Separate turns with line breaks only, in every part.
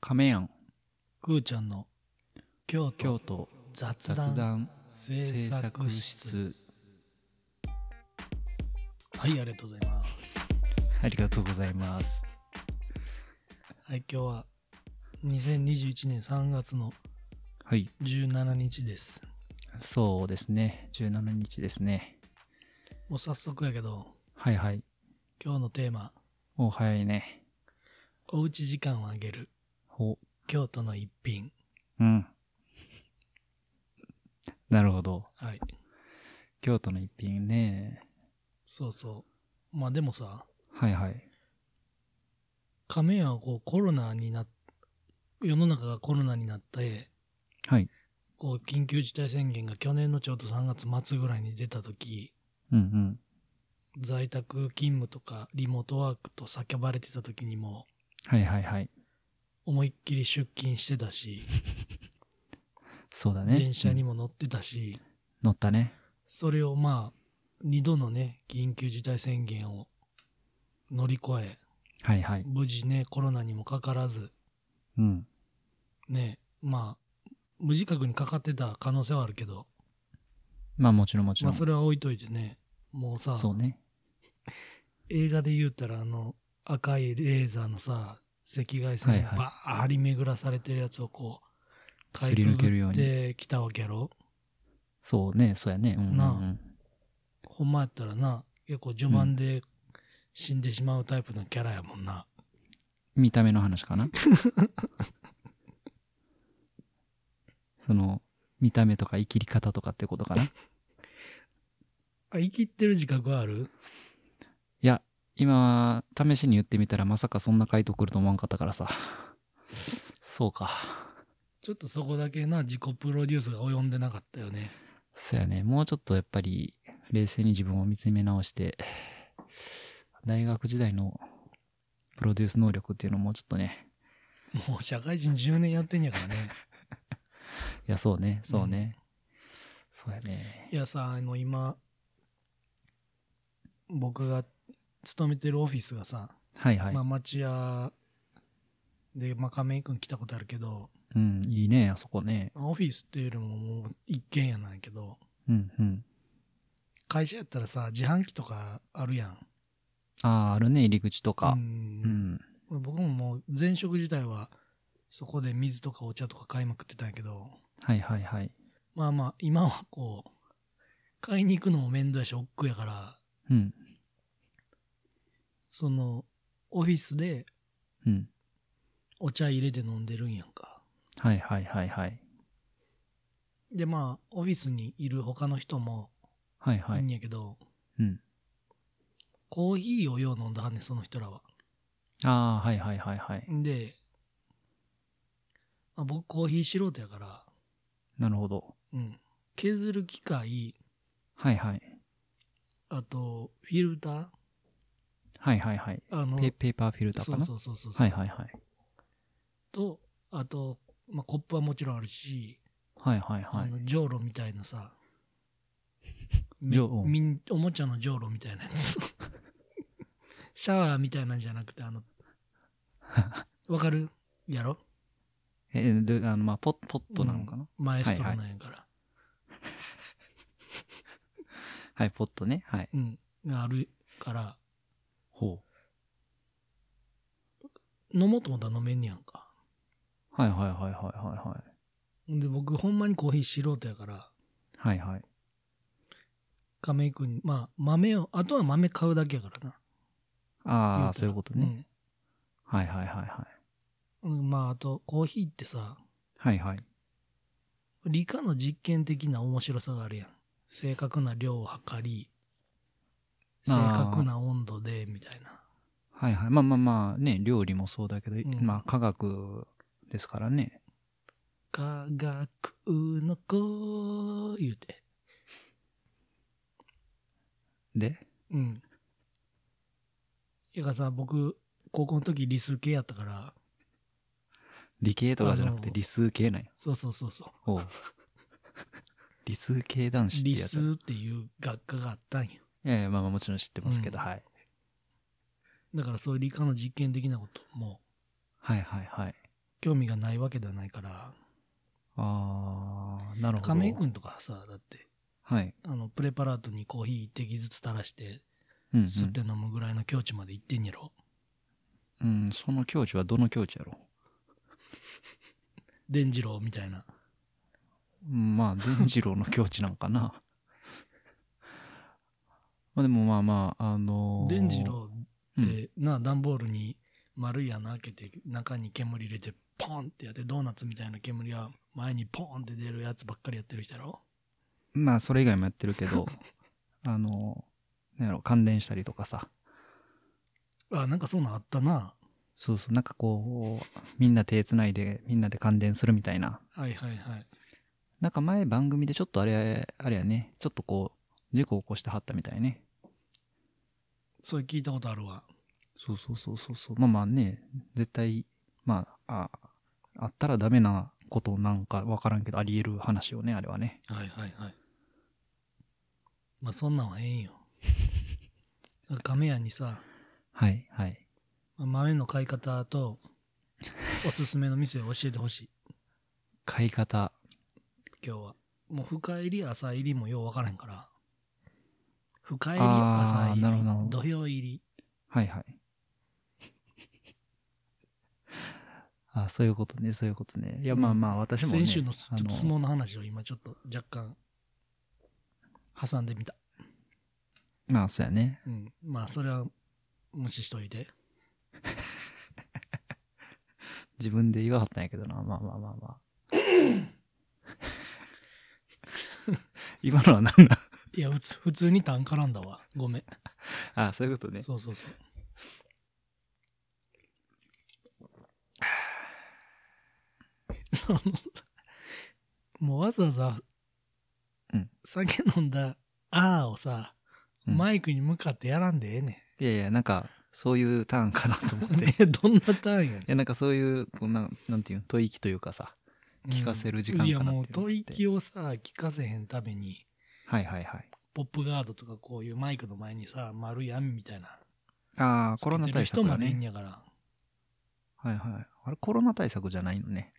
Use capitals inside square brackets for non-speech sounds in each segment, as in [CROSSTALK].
亀庵
くーちゃんの京都
京都
雑
雑
談
談
制
制
作
作
室
室
はいありがとうございます
ありがとうございます
はい今日は2021年3月の
はい
17日です
そうですね17日ですね
もう早速やけど
はいはい
今日のテーマ
お早いね
おうち時間をあげる
お
京都の一品
うん [LAUGHS] なるほど
はい
京都の一品ね
そうそうまあでもさ
はいはい
亀屋はこうコロナにな世の中がコロナになって
はい
こう緊急事態宣言が去年のちょうど3月末ぐらいに出た時
うんうん
在宅勤務とかリモートワークと叫ばれてた時にも
はいはいはい
思いっきり出勤してたし、
そうだね
電車に
うん
も乗ってたし、
乗ったね
それをまあ、二度のね、緊急事態宣言を乗り越え、
はいはい
無事ね、コロナにもかからず、
うん
ね、まあ、無自覚にかかってた可能性はあるけど、
まあもちろんもち
ま
ろん
あそれは置いといてね、もうさ、
そうね
映画で言うたらあの、赤いレーザーのさ、赤外線
はい
が
はい
バーッ張り巡らされてるやつをこう、か
す
い
り
く
抜けるよ
ぐ
う
っ
に
てきたわけやろ
そうねそうやねうんうん、うん、
なあほんまやったらな、結構序盤で死んでしまうタイプのキャラやもんな。
見た目の話
[LAUGHS]
かなその見た目とか生きり方とかってことかない
あ、生きってる自覚はある
や今試しに言ってみたらまさかそんな回答来ると思わんかったからさそうか
ちょっとそこだけな、自己プロデュースが及んでなかったよね。
そうやねもうちょっとやっぱり冷静に自分を見つめ直して大学時代のプロデュース能力っていうのをもうちょっとね
もう社会人10年やってんや
[LAUGHS]
からね。
いやそうねそうね、そうやね
いやさ、あの今、僕が勤めてるオフィスがさ、
はいはい、
まあ町屋で、まあ亀井くん来たことあるけど、
うんいいねあそこね
オフィスっていうよりももう一軒家なんやけど、
うんうん
会社やったらさ、自販機とかあるやん。
あああるね入り口とか、
うん
うん。
僕ももう前職自体はそこで水とかお茶とか買いまくってたんやけど
はいはいはい。
まあまあ今はこう買いに行くのも面倒やし億劫やから
うん。
そのオフィスで
うん。
お茶入れて飲んでるんやんか
はいはいはいはい。
でまあオフィスにいる他の人も
はい
い
はい
ん
い。
やけど、
うん。
コーヒーをよう飲んだはんねんその人らは
ああ、はいはいはいはい。
で、まあ、僕コーヒー素人やから、
なるほど。
うん、削る機械
はいはい。
あとフィルター
はいはいはい。
あの
ペペーパーフィルターかな
そうそうそうそうそう
はいはいはい。
とあと、まあ、コップはもちろんあるし、
はいはい
あ
はい。
のじょうろみたいなさ
じょううん
みんおもちゃのじょうろみたいなや
[LAUGHS]
つシャワーみたいなんじゃなくて
[LAUGHS]
あのわかるやろ
え、で、あの、まあ、ポッ、ポットなのかな、
マエストロ
はいはい
なんやから、
はい、ポットね。はい。
うんがあるから
ほ
飲もうと思ったら飲めんねやんか
う。はいはいはいはいはいはい。
ほんで僕ほんまにコーヒー素人やから
はいはい。
亀井君にまあ豆をあとは豆買うだけやからな
あ
言
あ、
たら
そういうことね。はいはいはいはい。
うんうんまああとコーヒーってさ
はいはい。
理科の実験的な面白さがあるやん正確な量を測り正
あー
確な温度でみたいな
はいはい。まあまあまあ、ね、料理もそうだけど、
ん
まあ、科学ですからね。
科学の子言うて
で
うんいやさ僕高校の時理数系やったから
理系とかじゃなく
あ
て
の
理数系なんや。
そうそうそうそう
おう [LAUGHS] 理数系男子って
理
やつだ。い
数っていう学科があったんよ
やいや、まあまあもちろん知ってますけど、
うん
はい。
だからそういう理科の実験的なことも
はいはいはい。
興味がないわけではないから、
あー、なるほど。
亀井君とかさ、だって、
はい。
あの、プレパラートにコーヒー一滴ずつ垂らして、
うん、うん。
吸って飲むぐらいの境地まで行ってんやろ。
うん、その境地はどの境地やろ
伝次郎みたいな。
うんまあ、伝次郎の境地なんか
[LAUGHS]
な。まあでもまあまあ、あのー
伝次郎
う
っ
ん
て、な、段ボールに丸い穴開けて、中に煙入れて、ポンってやって、ドーナツみたいな煙が前にポンって出るやつばっかりやってる人やろ。
まあ、それ以外もやってるけ
[LAUGHS]
ど、あのーなんやろ、関連したりとかさ。
あ、なんかそんなんあったな。
そうそう、なんかこう、みんな手つないで、みんなで感電するみたいな。
はいはいはい。
なんか前番組でちょっとあれ、あれやね、ちょっとこう、事故起こしてはったみたいね。
それ聞いたことあるわ。
そうそうそうそうそう。まあまあね、絶対、まあ、あ、あったらダメなことなんかわからんけど、あり得る話よね、あれはね。
はいはいはい。まあそんなんはええんよ。 [LAUGHS] 亀屋にさ、
はい、はい。
まあ豆の買い方と、おすすめの店を教えてほしい。
買い方。
今日は。もう深入り、浅入りもよう分からへんから。深入り、
あー
浅入り、
なるほどなるほど
土俵入り。
はい、はい。 [LAUGHS] あ、そういうことね、そういうことね。いや、まあまあ、私もね。
先週のす
あ
ちょっと相撲の話を今ちょっと若干挟んでみた。
まあ、そうやね。
うん。まあそれは無視しといて。
自分で言わはったんやけどな。まあまあまあまあ。今のは何だ
いや、普通普通に単絡んだわ。ごめん。
あそういうことね。
そうそうそう。 [LAUGHS] そのもうわざわざ、
うん
酒飲んだ「あー」をさ、
うん
マイクに向かってやらんでええね
いやいや、なんか、そういうターンかなと思っ [LAUGHS]
ん。
て。い
で [LAUGHS] どんなターンやねん
や、なんかそういう、こうなん、なんていうの、吐息というかさ。聞かせる時間かなって
いやもう
思って
吐息をさ聞かせへんために
はいはいはい。
ポップガードとかこういうマイクの前にさ丸い網みたいな
ああ、コロナ対策
つけてる人
だ
までいいん
ね。
やから
はいはい。あれ、コロナ対策じゃないのね。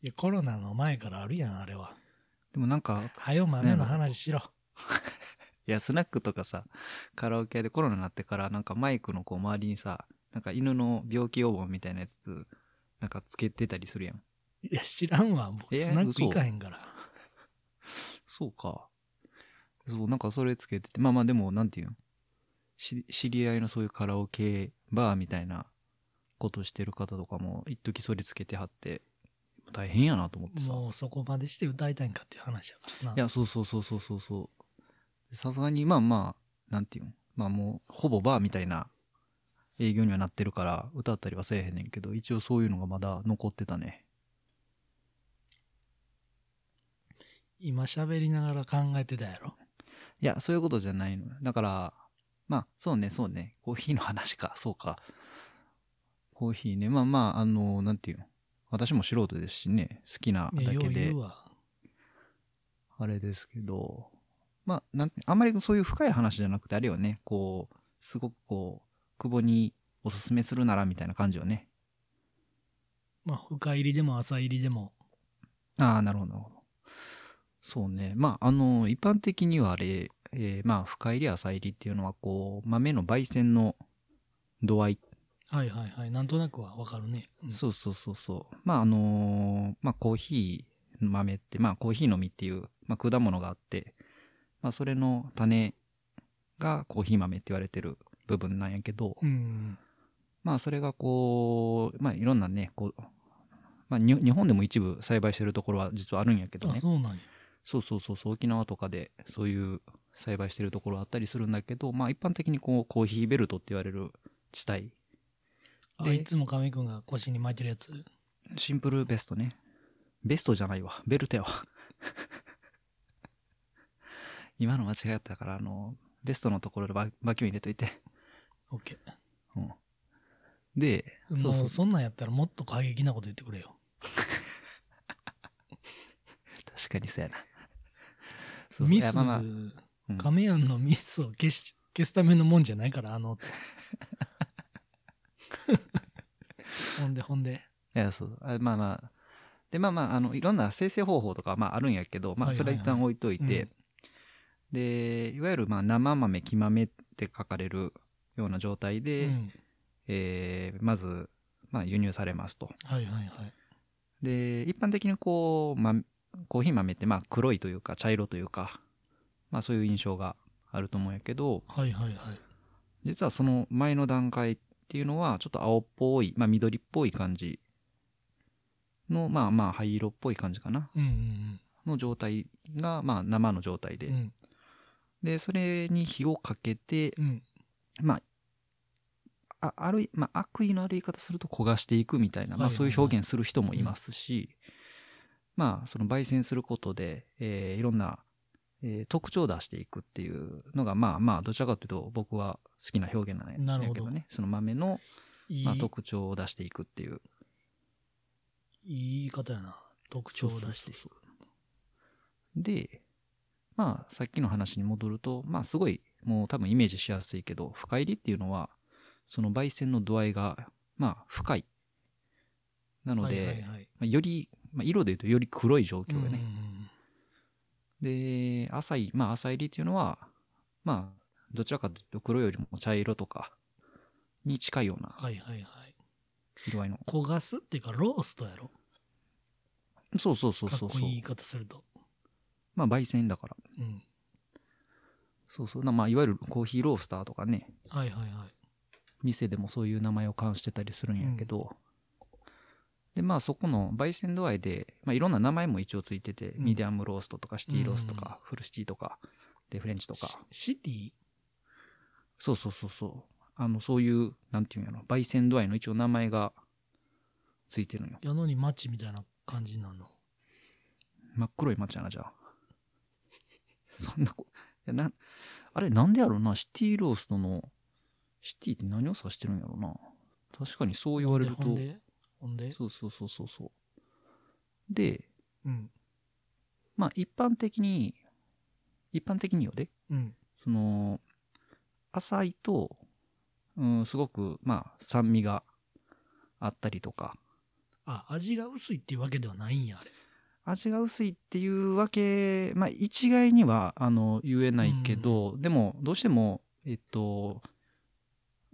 いやコロナの前からあるやんあれは
でもなんか、
はよ豆の話しろ、
いや、スナックとかさ、カラオケでコロナになってから、なんかマイクのこう周りにさ、なんか犬の病気予防みたいなやつ、なんかつけてたりするやん。
いや、知らんわ。僕、
え
スナック
嘘
行かへんから。
そうか。そう、なんかそれつけてて、まあまあでも、なんていうんし知り合いのそういうカラオケバーみたいなことしてる方とかも、一時それつけてはって、大変やなと思ってさ。
もうそこまでして歌いたいんかっていう話やから
い
な。
や、そうそうそうそうそうそう。さすがに、まあまあ、なんていうんまあもう、ほぼバーみたいな営業にはなってるから、歌ったりはせえへんねんけど、一応そういうのがまだ残ってたね。
今喋りながら考えてたやろ。
いや、そういうことじゃないのよ。だから、まあ、そうね、そうね。コーヒーの話か、そうか。コーヒーね。まあまあ、あの、なんていうの。私も素人ですしね、好きない
や、
だ
よ
け
う
で
言う、わ。
あれですけど、まあ、なんあんまりそういう深い話じゃなくて、あれよね、こう、すごくこう、久保におすすめするならみたいな感じよね。
まあ、深入りでも浅入りでも。
ああ、なるほど、なるほど。そうね。まあ、あの、一般的にはあれ、えーまあ、深入り浅入りっていうのは、こう、豆の焙煎の度合い
はいはいはい。なんとなくはわかるね。うん
そうそうそうそう。まああのーまあコーヒーの豆って、まあコーヒーの実っていう、まあ、果物があって、まあそれの種がコーヒー豆って言われてる部分なんやけど、
うん。
まあそれがこう、まあいろんなね、こう、まあに日本でも一部栽培してるところは実はあるんやけど
あ、
ね。
そうなんや。
そうそうそうそう、沖縄とかでそういう栽培してるところあったりするんだけど、まあ一般的にこうコーヒーベルトって言われる地帯、
あ
で
いつも亀井くんが腰に巻いてるやつ。
シンプルベストね。ベストじゃないわ。ベルトやわ。 [LAUGHS] 今の間違いだったから、あの、ベストのところでババキュン入れといて。
オッケー。
うん。で、そ
も
う
う
そう。
そんなんやったらもっと過激なこと言ってくれよ。
確かにそうや
[LAUGHS]
な。そうそう
ミ
いや
ス
まあまあ、うん
亀屋のミスを [LAUGHS]
[LAUGHS]
消し消すためのもんじゃないから、あの。ほんでほんで。
いや、そう。あまあまあ。で、まあまあ、あの、いろんな生成方法とか、まああるんやけど、ま
は
あ
い
そ
はいは
れ
い
は一旦置いといて、
うん
で、いわゆる、まあ、生豆、木豆って書かれるような状態で、
うん。
えーまず、まあ輸入されますと。
はいはいはい。
で、一般的にこう、ま、コーヒー豆って、まあ黒いというか、茶色というか、まあそういう印象があると思うんやけど、
はいはいはい。
実はその前の段階っていうのはちょっと青っぽい、まあ、緑っぽい感じのまあまあ灰色っぽい感じかな
うんうん
の状態がまあ生の状態で、
うん。うん
でそれに火をかけて
うん。
まあああるい、まあ、悪意のある言い方すると焦がしていくみたいな、ま
は
あ、
いはい
そ
は
う
い
いう表現する人もいますし、まあその焙煎することで、えーいろんな、えー特徴を出していくっていうのがまあまあどちらかというと僕は好きな表現なんや
なるほ
け
ど
どねその豆の
いい、
まあ、特徴を出していくっていう
いい言い方やな。特徴を出して。
そうそうそうでまあさっきの話に戻るとまあすごいもう多分イメージしやすいけど深入りっていうのはその焙煎の度合いがまあ深いなので、
はいはいはい。
まあ、より、まあ、色で言うとより黒い状況で
うん
ね、
うんうん
で浅いまあ浅入りっていうのはまあどちらかというと黒よりも茶色とかに近いような
はいはいはい。
色合いの、
焦がすっていうか、ローストやろ。
そうそうそう
かっ
そ
こ
う
い
そう
い言い方すると。
まあ焙煎だから
うん。
そうそうなまあいわゆるコーヒーロースターとかね
はいはいは
店でもそういう名前を冠してたりするんやけど、でまあそこの焙煎度合いで、まあ、いろんな名前も一応ついてて、
うん
ミディアムローストとかシティローストと
うん
か、フルシティとかでフレンチと
い。
か
シシティ
そうそうそうそうあのそういうなんていうんやろ焙煎度合いの一応名前がついてるんよ
やのに街みたいな感じなの。
真っ黒い抹茶やなじ
[LAUGHS]
ゃあそんなこいやなあれなんでやろうなシティローストのシティって何を指してるんやろうな確かにそう言われると
ほんでほんでほんで
そうそうそうそうそう。で、
うん。
まあ一般的に、一般的によで、
うん。
その、浅いと、うん、すごく、まあ酸味があったりとか、
あ、味が薄いっていうわけではないんや、あれ。
味が薄いっていうわけ、まあ一概には、あの、言えないけど、でも、どうしても、えっと、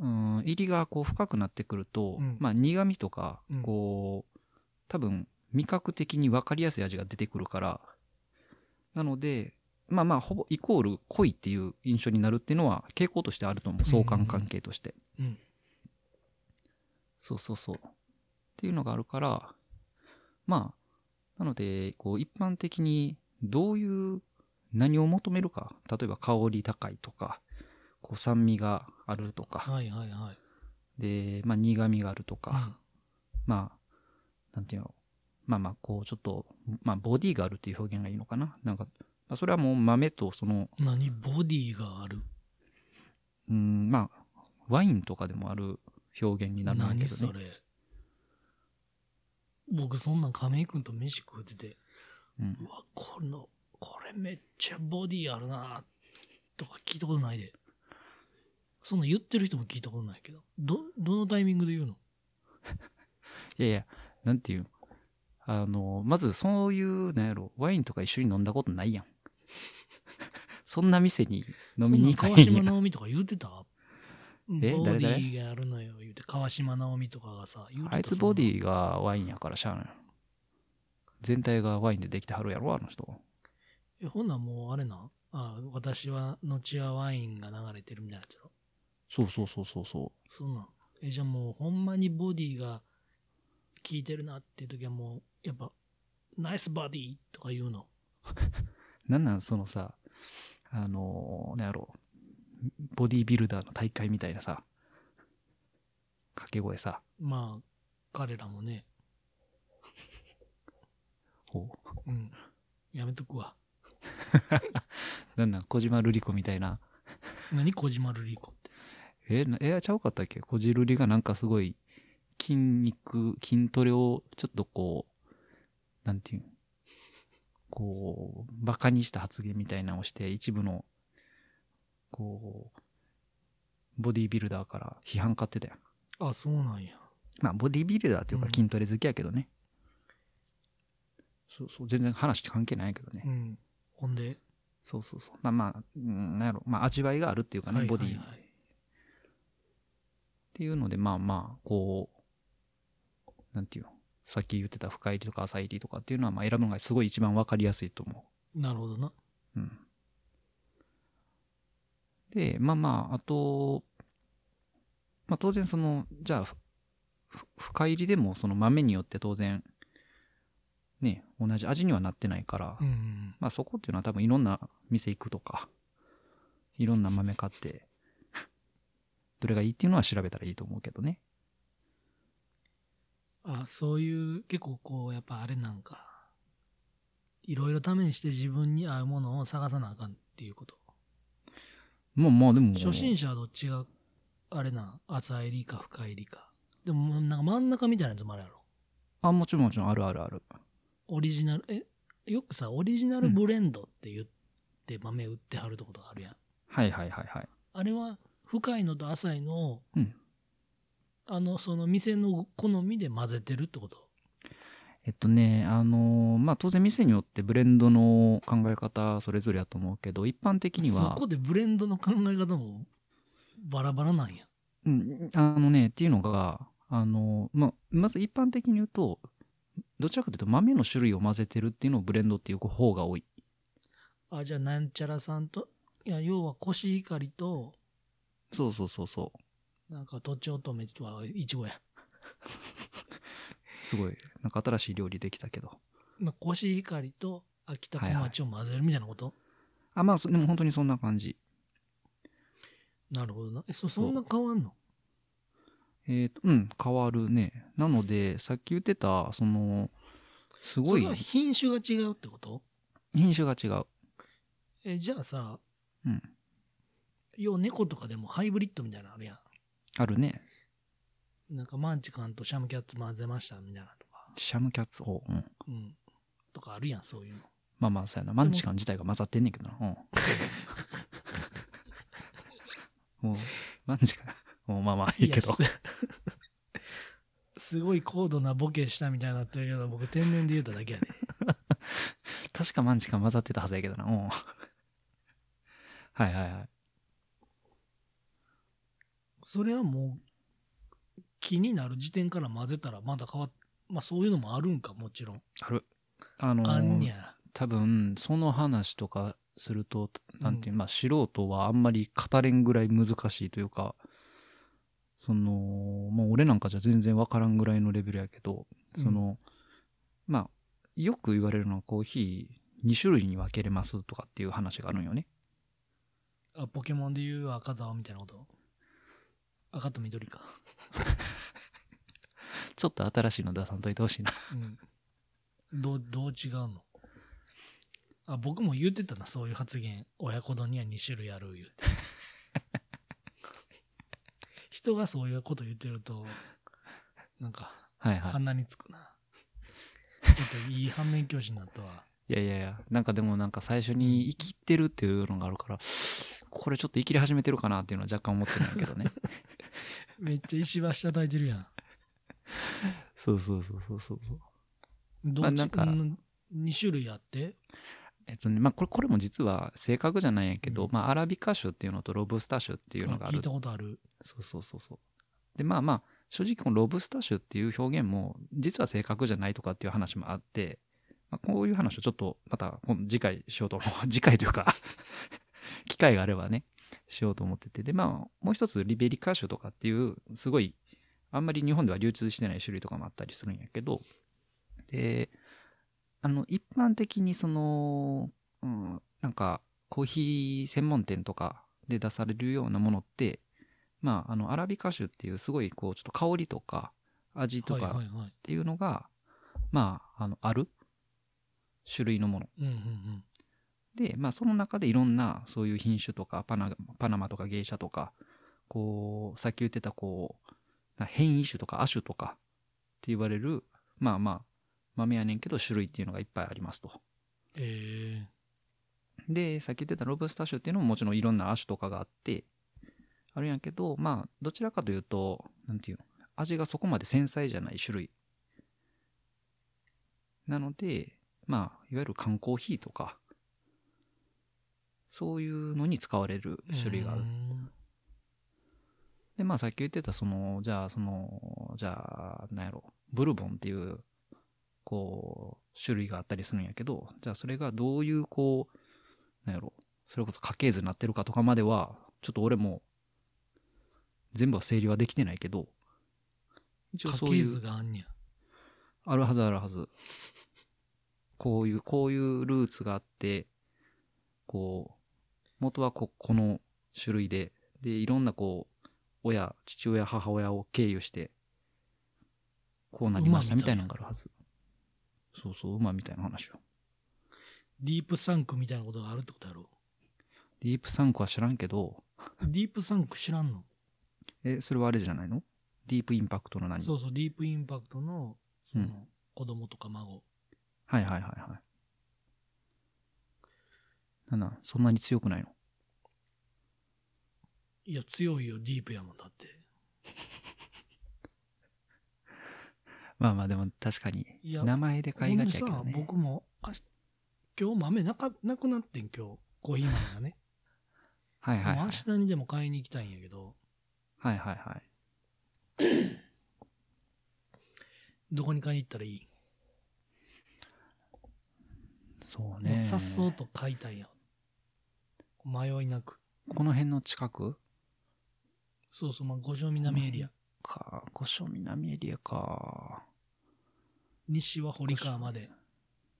うん、入りがこう深くなってくると、
うん
まあ苦味とか
うん、
こう、多分味覚的に分かりやすい味が出てくるから、なので、まあまあ、ほぼイコール濃いっていう印象になるっていうのは傾向としてあると思う。相関関係として。
うん。
そうそうそう。っていうのがあるから、まあ、なので、こう、一般的にどういう、何を求めるか。例えば香り高いとか、こう酸味があるとか、
はいはいはい。
で、まあ苦味があると
う
か、
ん
まあ、なんていうの、まあまあ、こう、ちょっと、まあ、ボディがあるっていう表現がいいのかな。なんか、まあ、それはもう豆と、その、
何ボディがある
うん、まあ、ワインとかでもある表現になるんだけ
何
ど
そ
ね。
れ僕そんなん亀井君と飯食うてて
うん
う、わこのこれめっちゃボディあるなとか聞いたことないでそんなん言ってる人も聞いたことないけどどどのタイミングで言うの
いやいや、なんていうのあの、まずそういう、なんやろ、ワインとか一緒に飲んだことないやん。 [LAUGHS] そんな店に飲みに行
そ
か
んなん
へ
川
んや
島
ん。
直美とか言うてたボデ
[LAUGHS] え誰誰
ィがあるのよ言うて川島直美とかがさ言うてた
あいつボデ
そん
ィがワインやからしゃあない。全体がワインでできてはるやろ、あの人。
なんえほんなんもうあれなあ私は後はワインが流れてるみたいなやつやろ
そうそうそうそうそう。
そんなんえじゃあもうほんまにボディが効いてるなっていう時はもうやっぱナイスボディとか言うの
なんなんそのさ、あのー、なんやろう、ボディービルダーの大会みたいなさ、掛け声さ、
まあ彼らもね
ほう。
うんやめとくわ
なんなん小島瑠璃子みたいな。
何小島瑠璃子って
え、なえ、ちゃうかったっけ小島瑠璃がなんかすごい、筋肉、筋トレをちょっとこう、なんていうん、こう、馬鹿にした発言みたいなのをして、一部の、こう、ボディービルダーから批判買ってたやん。
あそうなんや
まあ、ボディビルダーというか
うん
筋トレ好きやけどね。そうそう、全然話関係ないけどね。
うん。ほんで、
そうそうそう。まあまあ、うんなんやろ、まあ味わいがあるっていうかね、ボディ
は
っ
いはいはい
ていうので、まあまあ、こう、なんていうの、さっき言ってた深入りとか浅入りとかっていうのは、まあ選ぶのがすごい一番わかりやすいと思う。
なるほどな。
うん。で、まあまあ、あと、まあ当然その、じゃあ、ふふ深入りでもその豆によって当然、ね、同じ味にはなってないから、
うんうん
まあそこっていうのは多分いろんな店行くとか、いろんな豆買って、 [LAUGHS] どれがいいっていうのは調べたらいいと思うけどね。
うん。あ、そういう、結構こう、やっぱあれなんか、いろいろ試して自分に合うものを探さなあかんっていうこと。
まあまあでも、
初心者はどっちが、あれなん、浅入りか深入りか。でも、なんか真ん中みたいなやつもあるやろ。
あ、もちろんもちろんあるあるある。
オリジナル、え、よくさ、オリジナルブレンドって言って豆売ってはるとことがあるやん。
はいはいはいはい。
あれは深いのと浅いのを、
うん
あのその店の好みで混ぜてるってこと
えっとね、あのーまあ、当然店によってブレンドの考え方それぞれやと思うけど、一般的には
そ、こでブレンドの考え方もバラバラなんや
うん、あのね、っていうのが、あのーまあ、まず一般的に言うと、どちらかというと豆の種類を混ぜてるっていうのをブレンドっていう方が多い。
あじゃあなんちゃらさんといや要はコシヒカリと
そうそうそうそう。
なんかとちおとめとはいちごや、
すごい、なんか新しい料理できたけど。
まあ、コシヒカリと秋田小
はいはい
町を混ぜるみたいなこと、
あ、まあ、そでも本当にそんな感じ。
なるほどなえそ
そう
そんな変わんの
えーと、うん、変わるね。なので、さっき言ってた、その、すご
そ
い
れは品種が違うってこと
品種が違う。
えじゃあさ
うん、
要は猫とかでもハイブリッドみたいなのあるやん
あるね。
なんかマンチカンとシャムキャッツ混ぜましたみたいなとか、
シャムキャッツを、うん。
うん、とかあるやん、そういうの。
まあまあそうやなマンチカン自体が混ざってんねんけどなうん [LAUGHS] もうマンチカンもうまあまあいいけど
や。す [LAUGHS] すごい高度なボケしたみたいになってるけど、僕天然で言うただけやね。
確かマンチカン混ざってたはずやけどなうんはいはいはい
それはもう、気になる時点から混ぜたらまだ変わっ、まあそういうのもあるんか、もちろん。
あるあのー
あんにゃ。
多分その話とかするとなんていう、
うん
まあ素人はあんまり語れんぐらい難しいというかそのもう俺なんかじゃ全然分からんぐらいのレベルやけどその、まあよく言われるのはコーヒー2種類に分けれますとかっていう話があるんよね
あポケモンで言う赤と青みたいなこと。赤と緑か。
ちょっと新しいの出さんといてほしいな
うん。どう、どう違うのあ、僕も言ってたな、そういう発言。親子丼には2種類ある言う
[LAUGHS]
て。人がそういうこと言ってると、なんか、
[LAUGHS] はいは
鼻につくな。ちょっといい反面教師になったわ。
いいやいやいやなんかでもなんか最初に生きってるっていうのがあるからこれちょっと生きり始めてるかなっていうのは若干思ってるんやけどね
めっちゃ石橋叩いてるやん。
[LAUGHS] そうそうそうそうそうそう
ど
まあ
っち、
なんか
2種類あって
えっとねまあ、これこれも実は正確じゃないんやけど、
うん
まあ、アラビカ種っていうのとロブスタ種っていうのがあ
聞
る
いたことある。
そうそうそうそうでまあまあ正直このロブスタ種っていう表現も実は正確じゃないとかっていう話もあって、まあ、こういう話をちょっとまた今度次回しようと思 [LAUGHS] う次回というか機会があればねしようと思っててでまあもう一つリベリカ種とかっていうすごいあんまり日本では流通してない種類とかもあったりするんやけどであの一般的にその、うん、なんかコーヒー専門店とかで出されるようなものってまああのアラビカ種っていうすごいこうちょっと香りとか味と
はいはい
か
は
っていうのが、まああのある種類のもの
い。うんうんうん。
で、まあ、その中でいろんなそういう品種とかパナパナマとか芸者とかこうさっき言ってたこうな変異種とか亜種とかって言われるまあまあ豆やねんけど種類っていうのがいっぱいありますと。
え
でさっき言ってたロブスター種っていうのももちろんいろんな亜種とかがあってあるんやけどまあどちらかというとなんていうの味がそこまで繊細じゃない種類。なので、まあ、いわゆる缶コーヒーとか、そういうのに使われる種類がある
う。ん
で、まあさっき言ってた、その、じゃあ、その、じゃあ、なんやろ、ブルボンっていう、こう、種類があったりするんやけど、じゃあそれがどういう、こう、なんやろ、それこそ家系図になってるかとかまでは、ちょっと俺も、全部は整理はできてないけど、一応
家
そうい
系図
う、
があんねや。
あるはずあるはず。こういう、こういうルーツがあって、こう、元はこ、この種類で、で、いろんなこう、親、父親、母親を経由して、こうなりました
馬
み
みた
た
い
い
な
なのがあるはず。そうそう、馬みたいな話を。
ディープサンクみたいなことがあるってことやろ。
ディープサンクは知らんけど、
ディープサンク知らんの
え、それはあれじゃないのディープインパクトの何
そうそう、ディープインパクトの、そ
うん
の、子供とか孫。
はいはいはいはい。なんなん、そんなに強くないの
いや、強いよ、ディープやもんだって。
まあまあでも確かに、
いや
名前で買いがちやけ
ほ
ど
ん
ね
でさ、。僕も、あし今日豆なか、なくなってん、今日。コーヒー豆がね。
[LAUGHS] はいはい、
も
は
う
い。
明日にでも買いに行きたいんやけど、
はいはいはい。
どこに買いに行ったらいい
そう
もう
ね。
さっそうと買いたいやん。迷いなく。
この辺の近く
そうそう、まあ、五条南エリア。
か、五所南エリアか。
西は堀川まで、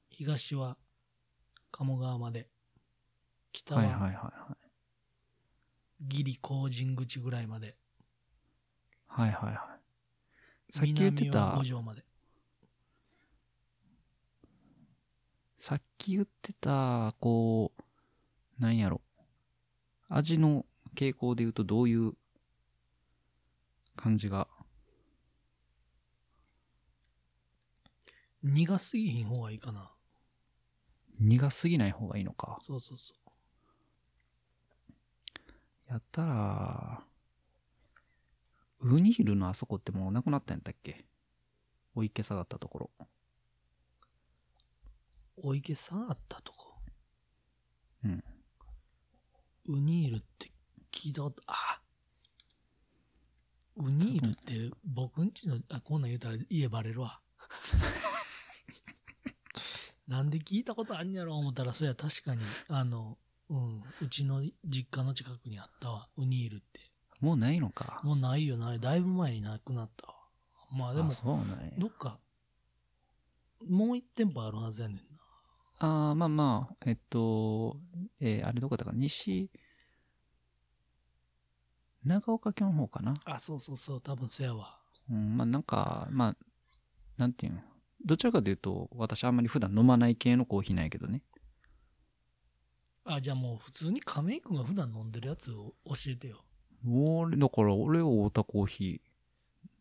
東は鴨川まで、北
はいはいはい
は
は
ギリ工人口ぐらいまで、
い。はいはいはい。さっき言って
南は
た
五、条まで。
さっき言ってた、こう、なんやろ。味の傾向で言うとどういう感じが。
苦すぎひん方がいいかな。
苦すぎない方がいいのか。
そうそうそ
やったら、ウニールのあそこってもうなくなったんやったっけお池下がったところ。
う。お池さんあったとこ。
うん。
ウニールって聞いたこと、あウニールって僕んちの、あ、こんなん言うたら家バレる
[LAUGHS]
わ。なんで聞いたことあんやろ思ったら、そりゃ確かに、あの、うん、うちの実家の近くにあったわ、ウニールって。
もうないのか。
もうないよない、だいぶ前になくなったわ。まあでも
あ、そうなんや
どっか、もう一店舗あるはずやねんな。
ああ、まあまあ、えっと、えーあれどこだか、西、長岡京の方かな。
あ、そうそうそう、多分せやわ。
うん、まあなんか、まあ、なんていうの。どちらかというと、私あんまり普段飲まない系のコーヒーなんやけどね。
あ、じゃあもう普通に亀井君が普段飲んでるやつを教えてよ。
俺、だから俺は太田コーヒ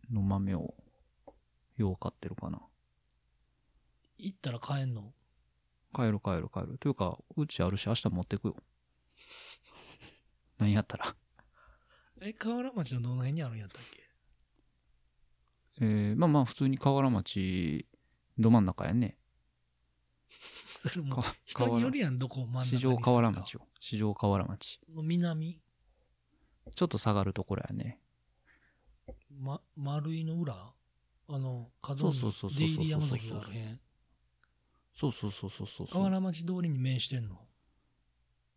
ーの豆を、よう買ってるかな。
行ったら買えんの
帰る帰る帰る。というか、うちあるし、明日持って
[LAUGHS]
くよ。何やったら。
え、河原町のどの辺にあるんやったっ
え
け [LAUGHS]
ー、まあまあ、普通に河原町、ど真ん中やね。
それも
か
人によるやん、どこを真ん中にす
市場
るか
河原町。よ。市場河原町。
南、
ちょっと下がるところやね。
ま、丸井の裏あの、風
そ
の
うそうそうそうそうそう
出入り山崎があるへん。
そうそうそうそうそうそ
河
う。
原町通りに面してんの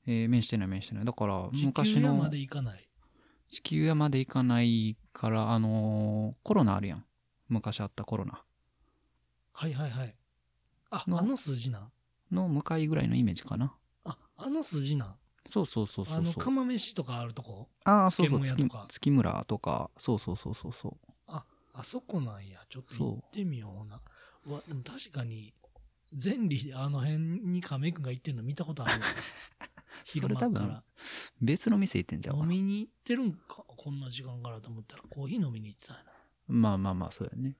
えー、面してない面してない。だから、
昔
昔
の。
の
まで行かない。
地球屋まで行かないから、あのーコロナあるやん。昔あったコロナ
はいはいはい。あ、あ
の
の筋なん。
の向かいぐらいのイメージかな。
あ、あの筋なん。
そうそうそうそ
あ
う
の、
そう。
釜飯とかあるとこ
ああー、そうそう。
漬
月
物屋とか
月村とか、そうそうそうそうそう。
あ、あそこなんや。ちょっと
そう
行ってみような。うわ、でも確かに、前里であの辺に亀井くんが行ってんの見たことあるわ。
[LAUGHS] それ多
昼間
分、別の店行ってんじゃん
飲。みに行ってるんか、こんな時間からと思ったら、コーヒー飲みに行ってたんやな。
まあまあまあ、そうやね。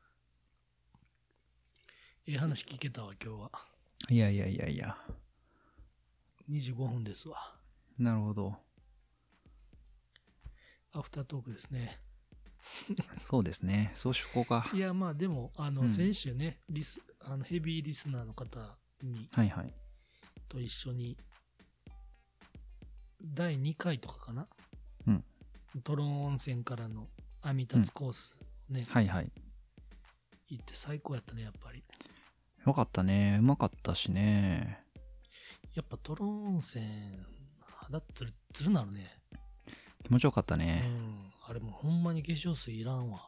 ええ話聞けたわ、今日は。
いやいやいやいや。
25分ですわ。
なるほど。
アフタートークですね。
そうですね。そうしとこうか。
いや、まあでも、あ
う
の、
ん
先週ね、リス、あの、ヘビーリスナーの方に、
はいはい。
と一緒に、第2回とかかな。
うん。
ドローン温泉からの網立つコースね、
はいはい。
行って最高やったね、やっぱり。
よかったね。うまかったしね。
やっぱドローン温泉、肌つるつるなるね。
気持ちよかった
う
ね。
ん。あれもうほんまに化粧水いら
[LAUGHS]
んわ。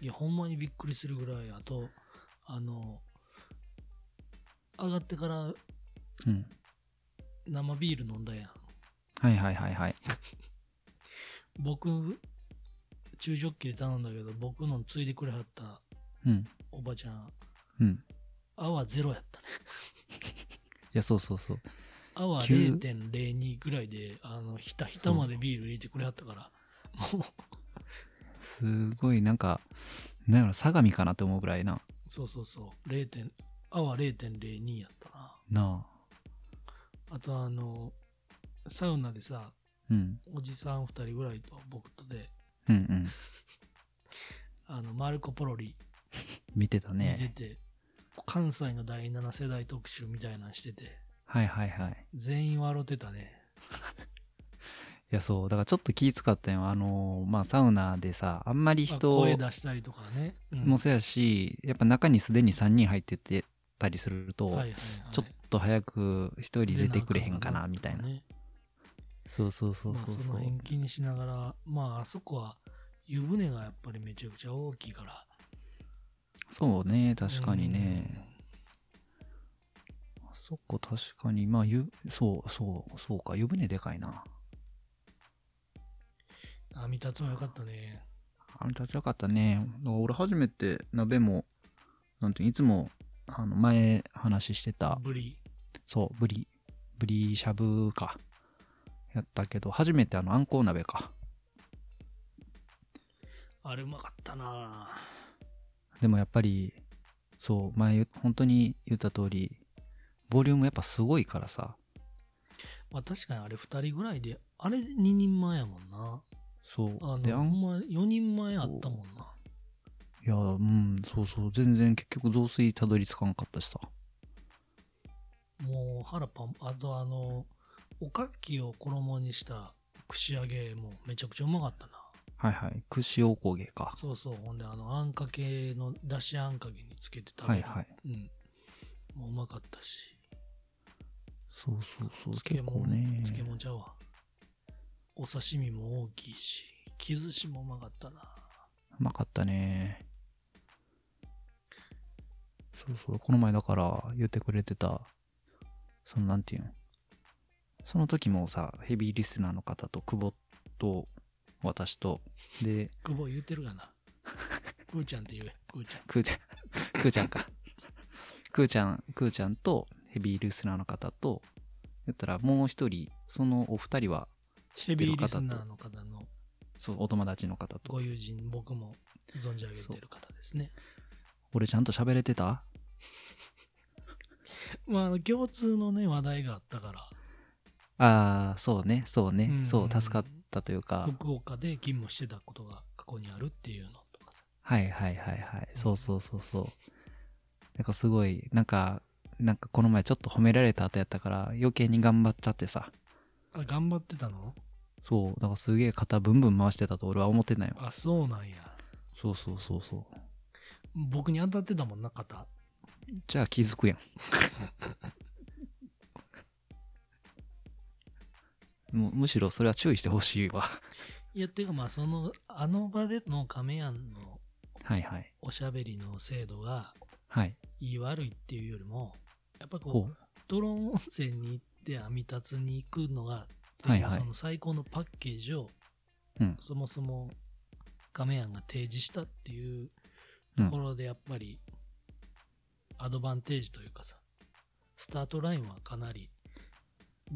いや、ほんまにびっくりするぐらい、あと、あの、上がってから
うん。
生ビール飲んだやん。
はいはいはいはい。
僕、中ジョッキで頼んだけど、僕のついでくれはった
うん。
おばちゃん、
うん。
泡ゼロやったね。
いや、そうそうそう。
泡
急
0.02ぐらいで、あの、ひたひたまでビール入れてくれはったから、もう、
すごい、なんか、なんやろ、相模かなって思うぐらいな。
そうそうそう、0. 点泡0.02やったな。
なあ。
あと、あの、サウナでさ、
うん。
おじさん2人ぐらいと僕とで、
うんうん。
あの、マルコ・ポロリ
見てた
に出
ね。
て、関西の第7世代特集みたいなのしてて、
はいはいはい。
全員笑ってたね。
いや、そう。だからちょっと気使ったよ。あのーまあ、サウナでさ、あんまり
まあ
人
声出したりとかね。うん
もそうやし、やっぱ中にすでに3人入っててたりすると、
はいはいはい
ちょっと早く1人出てくれへんかな、
出
みたいな。
ね
そうそうそ
ま
う
あ
そう
そ
そう。
の延期にしながら、まああそこは湯船がやっぱりめちゃくちゃ大きいから。
そうね、確かにね。あそこ確かに、まあ、ゆ、そう、そう、そうか、湯船でかいな。
うん。網立つもよかったね。
あれ立ちたかったね。だから俺初めて鍋も、なんていうのいつも、あの、前話してた、
ブリ。
そう、ブリ、ブリしゃぶか。やったけど、初めてあの、あんこう鍋か。
あれうまかったな
でもやっぱり、そう、前、本当に言った通り、ボリュームやっぱすごいからさ。
まあ確かにあれ2人ぐらいで、あれ2人前やもんな。
そ
あ
う。で、あ
の、ほ
ん
んま4人前あったもんな。
いや、うん、そうそう、全然結局雑炊たどり着かんかったしさ。
もう腹パン、あとあの、おかきを衣にした串揚げもめちゃくちゃうまかったな。
はいはい。串おこげか。
そうそう。ほんで、あの、あんかけの、だしあんかけにつけて食
は
べ
い
る。
はい。
うん。もううまかったし。
そうそうそう、
漬
結構
物、
ね。
漬物ちゃうわ。お刺身も大きいし、木寿司もうまかったな。
うまかったね。そうそう、この前だから言ってくれてた、そのなんていうの。その時もさ、ヘビーリスナーの方と久保と私と、で、
久保言うてる
[LAUGHS]
かな。くーちゃんって言え、くーちゃん。
くーちゃん、くーちゃんか。くーちゃん、くーちゃんとヘビーリスナーの方と、やったらもう一人、そのお二人は知
ヘ
って
ビ
る
ーリ
方
ス
と
ナ、ーの方の
そう、お友達の方と。
ご友人、僕も存じ上げてる方ですね。
俺ちゃんと喋れてた
まああの、共通のね、話題があったか
ああ、そうね、そうね、
うん
そう、助かったという
ら、
か、
福岡で勤務してたことが過去にあるっていうのとかさ。
はいはいはいはい、そうそうそうそう。なんかすごい、なんか、なんかこの前ちょっと褒められた後やったから、余計に頑張っちゃってさ、
あ、頑張ってたの
そう、だからすげえ肩ブンブン回してたと俺は思ってないよ。
あ、そうなんや。
そうそうそうそう。
僕に当たってたもんな、肩。
じゃあ気づ
[LAUGHS]
くやん。もうむしろそれは注意してほしいわ。
いや、っていうかまあ、その、あの場での亀やんの
はいはい。
おしゃべりの精度が、
はい。
いい悪いっていうよりも、やっぱこう、
こう。
ドローン温泉に行って網立つに行くのが、
はいはい
その最高のパッケージを、
うん
そもそも亀やんが提示したっていうところで、やっぱり、アドバンテージというかさ、スタートラインはかなり、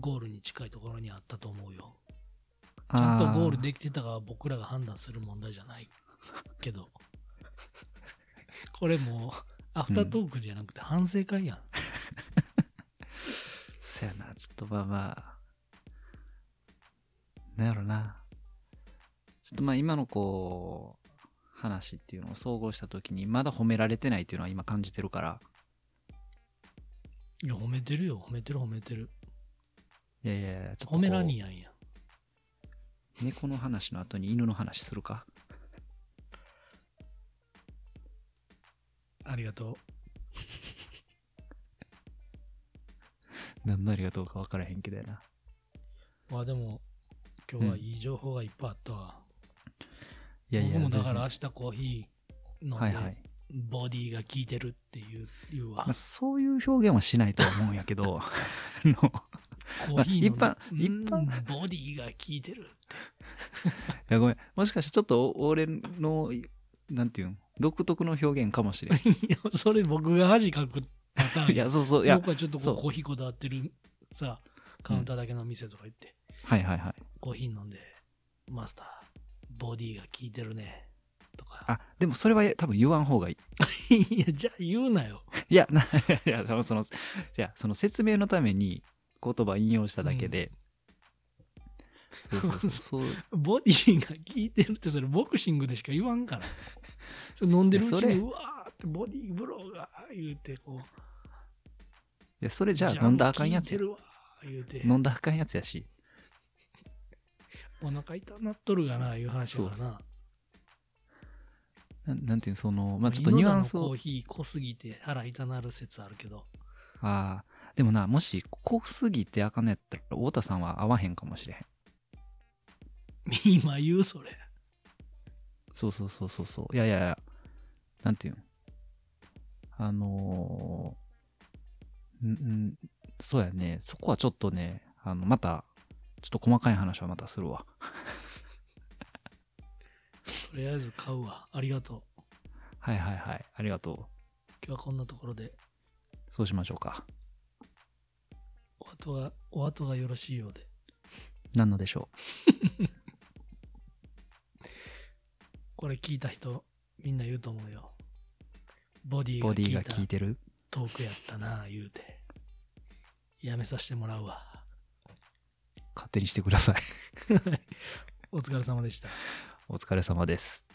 ゴールに近いところにあったと思うよ。ちゃんとゴールできてたかは僕らが判断する問題じゃないけど。 [LAUGHS] これもう、アフタートークじゃなくて反省会やん。
そやな、ちょっとまあまあ、なんやろな。ちちょっとまあ今のこう、話っていうのを総合した時に、まだ褒められてないっていうのは今感じてるから、
いや、褒めてるよ、褒めてる、褒めてる。
いやいやいや、ちょっとこう
褒めらにやんや。
猫の話の後に犬の話する
[LAUGHS]
か。
ありがと
何のありがとうか分からへんけどやな。
う。まあでも、今日はいい情報がいっぱいあったわ。
いやいや、
僕もだから明
全
日コーヒー飲んで、
然はいはい。
ボディが効いてるっていう言うわ
まあ、。そういう表現はしないとは思うんやけ [LAUGHS] ど、あの、
コーヒー飲んで
一般
うん
一般
ボディが効いてる。 [LAUGHS]
いやごめん、もしかしてちょっとお俺の、なんていうん、独特の表現かも [LAUGHS] しれん。
いや、それ僕が恥かくパターンや
いや、そうそう、いや、
僕はちょっとこ
そう
うコーヒーこだわってるさ、カウンターだけの店とか行って、
はいはいはい。
コーヒー飲んで、マスター、ボディが効いてるね。とか。
あ、でもそれは多分言わん方がいい。
いや、じゃあ言うなよ。
いや、な [LAUGHS] いや、その、その、じゃあその説明のために言葉引用しただけで、 [LAUGHS] そうそうそう、そう
ボディが効いてるってそれボクシングでしか言わんから。それ飲んでるうち
いやそれ
に、うわーってボディーブローが言うてこう。
でそれじゃあ飲んだらあかんやつ
ジャ
や
ム。効いてるわ言うて。
飲んだらあかんやつやし。
お腹痛なっとるがな、いう話だから
そ
な。
なんなんていうのその、まあちょっとニュアンス
井戸田のコ
を
ー。ヒー濃すぎて腹痛なる説あるけど。
ああ。でもな、もし、濃すぎてあかんのやったら、太田さんは合わへんかもしれへん。
今言うそれ。
そうそうそうそうそう。いやいやいや、なんていうのあのー、んん、そうやね。そこはちょっとね、あの、また、ちょっと細かい話はまたするわ。
とりあえず買うわ。ありがとう。
はいはいはい。ありがとう。
今日はこんなところで、
そうしましょうか。
お後が、お後がよろしいようで。
何のでしょ
これ聞いた人、みんな言うと思うよ。ボディ
う。ボ
が効
デ
い
ィ
た
が効いてる
トークやったな、言うて。やめさせてもらうわ。
勝手にしてください。 [LAUGHS]
お疲れ様でした。
お疲れ様です。